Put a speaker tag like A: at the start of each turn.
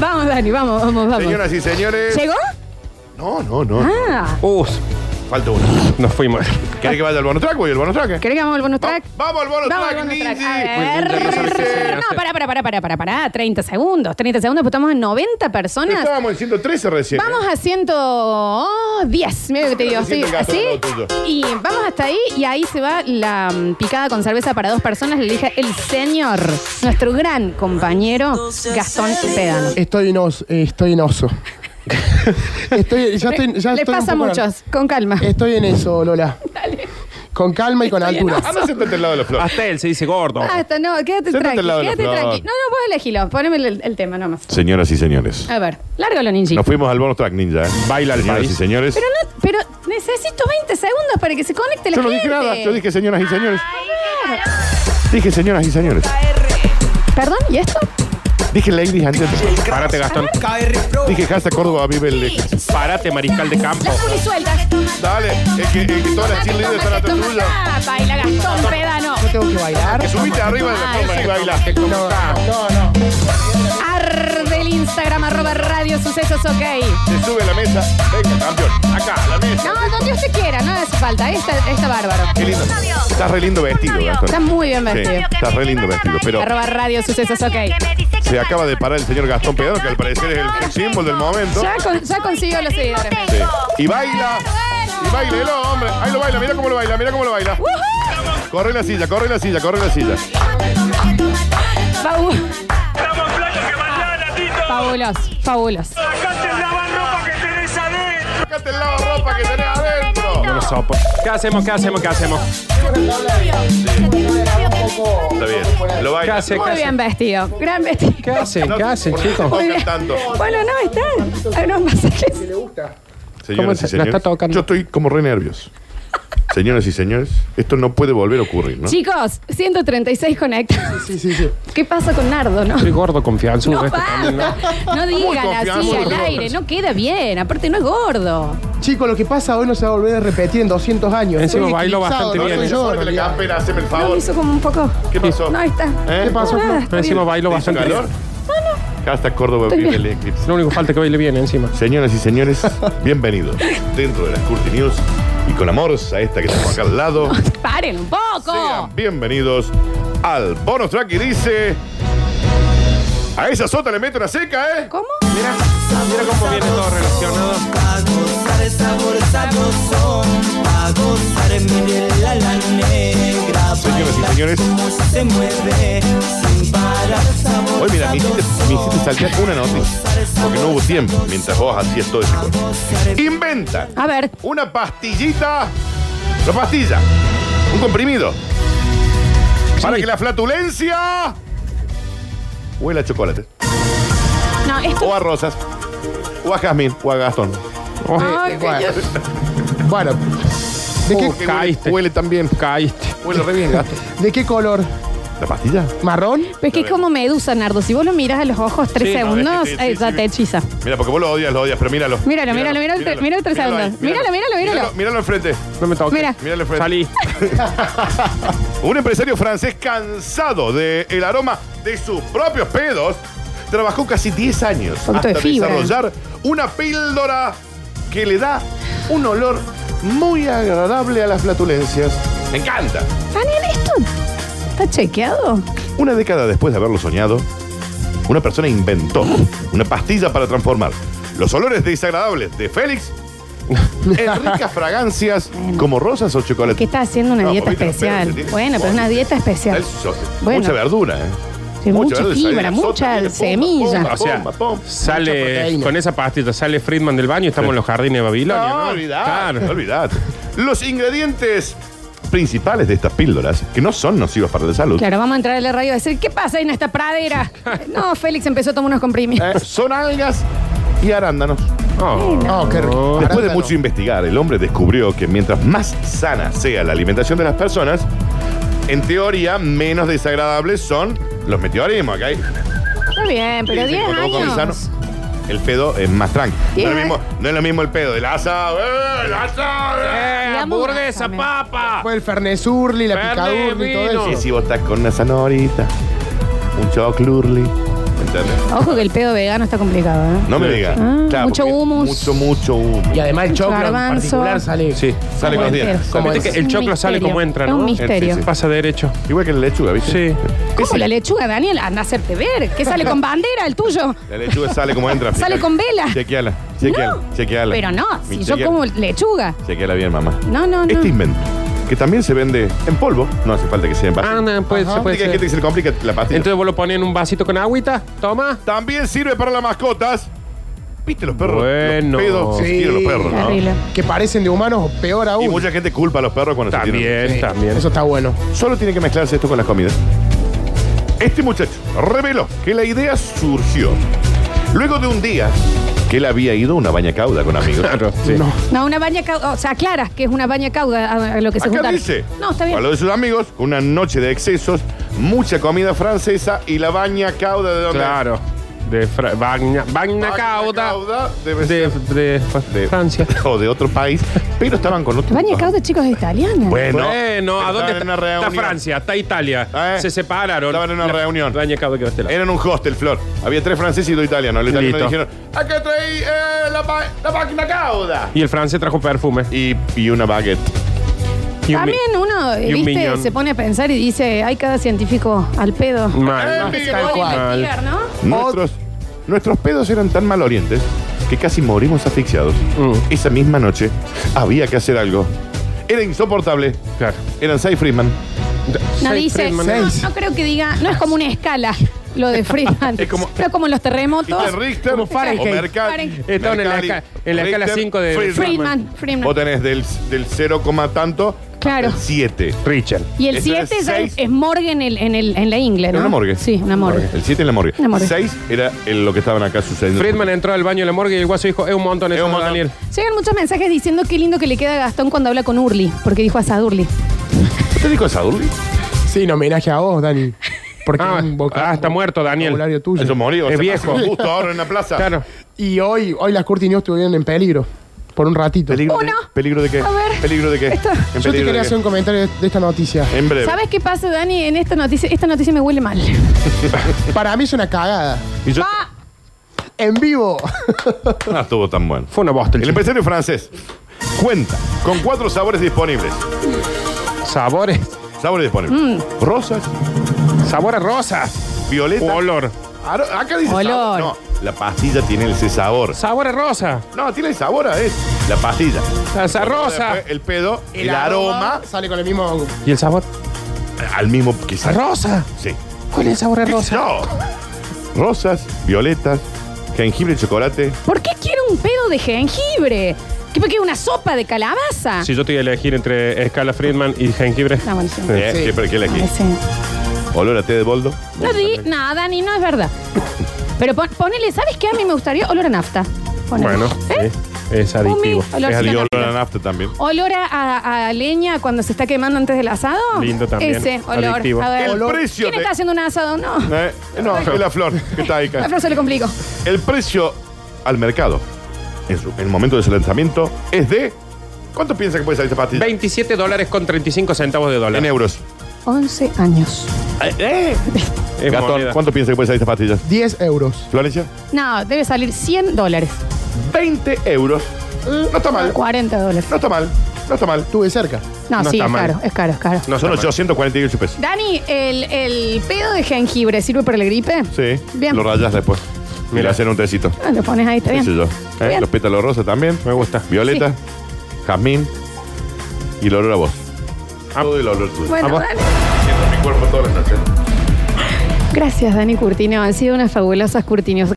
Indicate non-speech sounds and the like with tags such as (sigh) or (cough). A: Vamos, Dani, vamos, vamos, vamos.
B: Señoras y
C: eh,
B: señores.
A: ¿Llegó?
B: No, no, no.
A: Ah.
D: Uh,
B: Falta uno.
D: nos fuimos.
B: ¿Querés que vaya al bonus track? Voy al bonus track. eh?
A: ¿Querés que vamos al bonus
B: Va-
A: track?
B: Vamos al bonus
A: Vamos al
B: track,
A: bonus track.
B: Ninji.
A: A
B: Dice-
A: ver. No, pará, pará, pará, pará, pará, pará. 30 segundos, 30 segundos, pues estamos en 90 personas.
B: Estábamos en 113 recién. eh.
A: Vamos a 110, mira lo que te digo.
B: Siento
A: estoy
B: que
A: así.
B: gasto lo tuyo.
A: Y vamos hasta ahí y ahí se va la mm, picada con cerveza para dos personas. Le dije el señor, nuestro gran compañero Gastón Pedano.
C: Estoy en oso. estoy en oso. estoy, ya estoy, ya
A: Le
C: estoy un
A: pasa a
C: poco en-
A: muchos, con calma.
C: Estoy en eso, Lola. Con calma y con
A: Estoy en
C: altura.
B: Ah, no, siéntate al lado de la flor.
D: Hasta él se dice gordo.
A: Hasta Ah, no, quédate
B: Siéntate
A: tranqui,
B: al lado de la
A: quédate
B: flor.
A: tranqui. No, no, vos elegilo, poneme el, el tema nomás.
B: Señoras y señores.
A: A ver, lárgalo, ninji.
B: Nos fuimos al bonus track, ninja. eh.
D: Baila al
B: Señoras
D: país.
B: y señores.
A: Pero no, pero necesito 20 segundos para que se conecte la
B: Yo no
A: gente.
B: dije nada. Yo dije señoras y señores. Dije señoras y señores.
A: Perdón, ¿y esto?
B: Dije ladies and gentlemen.
D: Parate, Gastón.
B: Dije hashtag Córdoba vive el...
D: Parate, mariscal de campo.
A: Las sueltas.
B: Dale, es que, es que todas las cheerleaders están atrás tuyo.
A: Baila Gastón Pedano.
C: Yo tengo que bailar.
B: Te subiste arriba de la copa y bailaste.
C: No, no, no.
A: Arde el Instagram, arroba radio sucesos, ok.
B: Te sube a la mesa. Venga, campeón. Acá, a la mesa.
A: No, donde usted quiera, no hace falta. Ahí está, ahí está bárbaro.
B: Qué lindo. Estás re lindo vestido, Gastón.
A: Está muy bien
B: Sí,
A: vestido.
B: estás re lindo vestido. Pero
A: Arroba radio sucesos, ok.
B: se acaba de parar el señor Gastón Pedro, que al parecer es el símbolo del momento.
A: Ya, con- ya consiguió los seguidores.
B: Sí. Y baila. Y baila, el hombre. Ahí lo baila, mira cómo lo baila, mira cómo lo baila.
A: ¡Woohoo!
B: Corre la silla, corre la silla, corre la silla.
A: Fabu-
E: Estamos en playa que mañana, Tito.
A: Fabuloso, fabuloso.
E: Sacate el lavarropa que tenés adentro.
B: Sácate el lado ropa que tenés adentro.
D: No lo sopo. ¿Qué hacemos? ¿Qué hacemos? ¿Qué hacemos?
B: Está bien. Lo
D: ¿Qué
B: baila.
D: hace? ¿Qué
A: Muy
D: hace?
A: bien vestido. Gran vestido.
D: ¿Qué hacen?
B: No,
D: ¿Qué hacen,
B: por-
D: chicos?
B: no
A: Muy
B: tocan
A: bien.
B: tanto.
A: Bueno, no están. Hay unos masajes.
B: Señoras
C: ¿Cómo
B: y
C: se- la
B: señores.
C: está tocando?
B: Yo estoy como re nervioso. Señoras y señores, esto no puede volver a ocurrir, ¿no?
A: Chicos, 136 conectados.
C: Sí, sí, sí.
A: ¿Qué pasa con Nardo, no? (laughs)
D: Soy gordo, confianzudo.
A: No
D: este también, ¿no?
A: basta. No digan así
B: confianzudo,
A: al
B: gordo.
A: aire. No queda bien. Aparte, no es gordo.
C: Chicos, lo que pasa hoy no se va a volver a repetir en 200 años.
D: Encima
C: Estoy
D: bailo
C: eclipsado,
D: bastante
C: no
D: bien,
C: soy
D: ¿eh?
C: yo, en
B: Ponete la
C: realidad.
B: campera, haceme el
A: No, me
B: favor.
A: hizo como un poco.
B: ¿Qué pasó?
A: No, ahí está.
B: ¿Eh?
C: ¿Qué pasó?
A: Ah,
D: Pero
A: está bien.
D: encima
B: ¿Te
D: bailo
B: hizo
D: bastante
B: calor?
D: bien.
B: Hashtag Córdoba
A: Estoy
B: vive
A: bien.
B: el eclipse.
D: Lo único que falta es que baile bien encima.
B: Señoras y señores, bienvenidos dentro de las Curti News y con amor a esta que tenemos acá al lado.
A: Paren un poco.
B: Sean bienvenidos al bonus track y dice. A esa sota le meto una seca, ¿eh?
A: ¿Cómo?
D: Mira cómo viene todo relacionado.
F: A gozar es sabor sabroso, a gozar mire la la negra,
B: Señoras y señores,
F: cómo se mueve sin parar sabor
B: hoy mira, me hiciste, me hiciste saltear una noticia. Porque no hubo tiempo mientras vos hacías todo ese corte. Inventan
A: A ver.
B: una pastillita. Una pastilla. Un comprimido. Para que la flatulencia huela a chocolate.
A: No, esto.
B: O a rosas. O a jazmín. O a gastón.
D: Oh,
A: Ay,
C: Bueno,
A: Dios.
C: bueno. ¿De
B: Uh,
C: qué,
B: que
D: caíste.
B: Huele, huele también.
D: Caíste.
B: Huele re bien, gastón.
C: ¿De qué color?
B: ¿La pastilla?
C: ¿Marrón?
A: Pero es que es como medusa, Nardo. Si vos lo miras a los ojos tres
B: no, es
D: Sí,
B: que
A: segundos,
B: sí, sí,
A: eh, ya
B: sí.
A: te hechiza.
B: Mira, porque vos lo odias, lo odias, pero míralo.
A: Míralo, míralo, míralo, míralo, míralo tres
B: Míralo ahí,
A: segundos. Míralo, míralo, míralo.
B: Míralo enfrente.
D: No me toques.
A: Mira.
B: Míralo enfrente.
D: Salí.
B: Un empresario francés cansado del aroma de sus propios pedos trabajó casi 10 años
A: Poquito
B: hasta
A: de fibra.
B: desarrollar una píldora que le da un olor muy agradable a las flatulencias. Me encanta.
A: Daniel, esto está chequeado.
B: Una década después de haberlo soñado, una persona inventó una pastilla para transformar los olores desagradables de Félix
A: (laughs)
B: en ricas fragancias como rosas o chocolate.
A: Que está haciendo una
B: No,
A: dieta
B: porque viste los
A: especial.
B: pedos que tiene.
A: Bueno, pero
B: Vos,
A: una dieta especial.
B: el socio.
A: Bueno.
B: Mucha verdura, ¿eh?
A: Sí, mucha
B: verdura,
A: fibra,
B: sal-
A: mucha
B: sal-
A: semilla.
B: pompa,
D: O sea,
B: pompa, pompa.
D: Sale
C: proteína.
D: con esa pastita, sale Friedman del baño y estamos en los jardines de Babilonia.
B: No,
D: ¿no?
B: olvidate,
D: Claro.
B: olvidate. Los ingredientes principales de estas píldoras, que no son nocivas para la salud,
A: Claro, vamos a entrar a la radio a decir, ¿qué pasa en esta pradera? No, Félix empezó a tomar unos comprimidos.
B: eh, son algas y arándanos.
D: Oh.
C: Oh, qué rico.
B: Después de
C: Arándano.
B: mucho investigar, el hombre descubrió que mientras más sana sea la alimentación de las personas, en teoría menos desagradables son los meteorismos, ¿ok?
A: Está bien, pero
B: Dicen
A: 10
B: que cuando vos comés
A: años.
B: sano, el pedo es más tranquilo. No es,
A: Diez
B: lo mismo,
A: años.
B: no es lo mismo el pedo del asado. ¡Eh, el asado! eh!
D: ¡Eh,
A: Digamos,
D: hamburguesa,
A: bájame.
D: papa!
C: Fue el Fernesurli, la
D: Verde,
C: picadurli y todo
D: vino.
C: eso.
B: Y si vos estás con una zanahorita, un choclurli, ¿Entendés?
A: Ojo que el pedo vegano está complicado, ¿eh?
B: No me digas.
A: Ah, mucho
B: porque
A: humus.
B: Mucho, mucho humus.
C: Y además el choclo en
A: Garbanzo.
C: particular sale.
D: Sí.
B: Sale con los
A: Entero.
B: dientes.
C: ¿Cómo
B: sale-
C: es?
D: Viste que el
A: Un
D: choclo sale
A: misterio.
D: como entra,
A: Es un
D: ¿no?
A: misterio.
B: Sí, sí,
D: Pasa derecho.
B: Igual que la lechuga, ¿viste?
D: Sí.
A: ¿Cómo la lechuga, Daniel? Anda a hacerte ver. ¿Qué sale con bandera el tuyo?
B: La lechuga sale como entra.
A: Sale
B: fíjate.
A: con vela.
B: Chequeala, chequeala, chequeala.
A: Pero no, si
B: Mi
A: yo
B: chequeala.
A: como lechuga.
B: Chequeala bien, mamá.
A: No, no, no.
B: Este invento, que también se vende en polvo, no hace falta que sea en
D: Ah,
B: pastilla.
D: no, puede ser, puede
B: Hay gente que
D: ser.
B: se le complica la pastilla.
D: Entonces vos lo pones en un vasito con agüita, toma.
B: También sirve para las mascotas. ¿Viste los perros?
D: Bueno.
B: Los pedos que se
C: Sí.
B: tiran los perros, ¿no?
A: Terrible.
C: Que parecen de humanos o peor
B: Y
C: aún.
B: mucha gente culpa a los perros cuando se tiran.
D: También, también.
C: Eso está bueno.
B: Solo tiene que mezclarse esto con las comidas. Este muchacho reveló que la idea surgió luego de un día que él había ido a una baña cauda con amigos.
D: (laughs) Claro, sí.
C: No.
A: No, una baña cauda. O sea, aclaras que es una baña cauda a- a lo que se
B: Acá
A: juntan.
B: dice,
A: No, está bien.
B: a lo de sus amigos, una noche de excesos, mucha comida francesa y la baña cauda de donde
D: Claro. De Fra- Bagna, Bagna
B: Baña
D: Cauda.
B: cauda debe
D: De,
B: ser
D: de,
B: de
D: Francia.
B: (laughs) o de otro país, pero estaban con otro.
A: Baña cauda, chicos, es italiana.
B: Bueno,
D: Bueno, ¿a
B: estaban
D: dónde
B: en
D: está?
B: una reunión.
D: Está Francia, está Italia.
B: Ah, ¿eh?
D: Se separaron.
B: Estaban en una
D: La-
B: reunión. Eh.
D: Bagna Cauda que va a este lado.
B: Eran un hostel, Flor. Había tres franceses y dos italianos. Los italianos
D: Listo.
B: dijeron, acá traí eh, la, ba- la máquina cauda.
D: Y el francés trajo perfume.
B: Y, y una baguette.
D: Y un mi-
A: También uno,
D: y un
A: viste,
D: minion.
A: se pone a pensar y dice, hay cada científico al pedo.
D: Mal.
B: Eh,
A: Se
B: Tal
A: pone a
B: cual.
A: investigar, ¿no?
B: Nuestros, nuestros pedos eran tan malolientes que casi morimos asfixiados.
D: Mm.
B: Esa misma noche había que hacer algo. Era insoportable.
D: Claro.
B: Eran seis Friedman.
A: No
D: Seis
A: dice, no,
D: Friedman.
C: Seis.
A: no creo que diga, no es como una escala lo de Friedman.
B: (laughs) Es como-
A: no es como los terremotos.
B: Peter Richter,
D: Como Fahrenheit.
B: o Mercalli.
A: Fahrenheit.
D: Estaban en la
B: Mercalli,
D: esca- en la escala
B: Richter,
D: cinco de-
A: Friedman,
B: Vos
A: Friedman.
B: tenés del, del 0, tanto
A: Claro.
B: al 7.
D: Richard.
A: Y el
B: Eso
A: 7
B: Este es
A: ya es,
B: seis.
A: es morgue en, el, en, el, en la ingle, ¿no?
B: Era una morgue.
A: Sí, una morgue.
B: El 7 en la morgue.
A: Una morgue.
B: 6 era el- lo que estaban acá sucediendo.
D: Friedman entró al baño de la morgue y el guaso dijo, es un montón
B: Es
D: eso,
B: un montón.
D: Daniel.
A: Llegan muchos mensajes diciendo qué lindo que le queda a Gastón cuando habla con Urli, porque dijo a Sadurli.
B: ¿Te dijo Sadurli?
C: Sí, en homenaje a vos, Dani. Porque
D: Ah,
C: es un
D: ah, está muerto, Daniel.
C: vocabulario tuyo.
B: Eso murió.
D: Es
B: se
D: viejo.
B: pasó Justo ahora en la plaza.
D: Claro.
C: Y hoy, hoy las Curti News estuvieron en peligro. Por un ratito.
B: ¿Peligro de,
A: Uno.
B: ¿Peligro de qué?
A: A ver.
B: ¿Peligro de qué?
A: Esto.
B: ¿En
C: Yo te
B: peligro
C: quería
B: de
C: hacer un
B: qué?
C: comentario de esta noticia.
B: En breve.
A: ¿Sabes qué pasa, Dani? En esta noticia, esta noticia me huele mal.
C: Para mí es una cagada.
B: Y yo-
A: Va,
C: En vivo.
B: no estuvo tan bueno.
D: Fue una bosta el
B: El
D: chiste.
B: empresario francés cuenta con cuatro sabores disponibles.
D: Sabores.
B: Sabores disponibles.
A: Mm.
B: Rosas,
D: Sabores rosas.
B: violetas.
D: Olor.
B: Aro- Acá dice
A: Olor.
B: sabor. No, la pastilla tiene ese sabor.
D: Sabores rosa.
B: No, tiene el sabor a eso. La pastilla.
D: Salsa
B: Luego
D: rosa.
B: después El pedo, el, aroma,
C: Sale con el mismo.
D: ¿Y el sabor?
B: al mismo quizás.
D: Rosa.
B: Sí.
D: ¿Cuál es el sabor a rosa?
B: No. Rosas, violetas, jengibre y chocolate.
A: ¿por qué quiero un pedo de jengibre? ¿Qué porque una sopa de calabaza?
D: Si yo te iba a elegir entre escala Friedman y jengibre.
A: No, bueno, sí.
B: Eh,
C: Sí.
B: Siempre que le
A: Ay, sí.
B: Olor a té de boldo.
A: No di nada, Dani, no es verdad. Pero pon- ponele, ¿sabes qué? A mí me gustaría olor a nafta. Ponele.
D: Bueno,
A: ¿Eh?
D: sí, es adictivo.
A: Humi, olor
D: es
B: Y
A: sin
D: adictivo.
B: olor a nafta también.
A: Olor a, a- a leña cuando se está quemando antes del asado.
D: Lindo también.
A: Ese olor.
D: Adictivo.
A: A ver.
B: El precio
A: ¿Quién
B: de-
A: está haciendo un asado? No.
B: Eh, no, es la flor que está ahí.
A: La flor se le complicó.
B: El precio al mercado en, su- en el momento de su lanzamiento es de. ¿Cuánto piensa que puede salir esta pastilla?
D: 27 dólares con 35 centavos de dólar. Eh,
B: En euros.
A: 11 años.
D: Es
B: Gastón,
D: moneda.
B: ¿cuánto piensa que puede salir esta pastilla?
C: 10 euros.
B: Florencia,
A: No, debe salir 100 dólares.
B: 20 euros. No está mal.
A: 40 dólares.
B: No está mal. No está mal.
C: Estuve cerca.
A: No,
D: No
A: sí,
D: está
A: es
D: mal.
A: caro, es caro, es caro.
D: No
B: Son
D: está mal.
B: 848 pesos.
A: Dani, el, el pedo de jengibre sirve para la gripe?
B: Sí.
A: Bien.
B: Lo rayas después. Y le
D: Mira.
B: hacen un tecito.
A: Ah, lo pones ahí, está
B: Qué
A: bien.
B: sé yo. ¿Eh?
A: Bien.
B: Los pétalos rosas también.
D: Me gusta.
B: Violeta, jazmín y el olor a vos. Todo el olor tuyo.
A: Bueno,
D: Ah, vos-
A: Dani.
B: Siento mi cuerpo todas las noches.
A: Gracias, Dani Curtino. Han sido unas fabulosas Curtinios.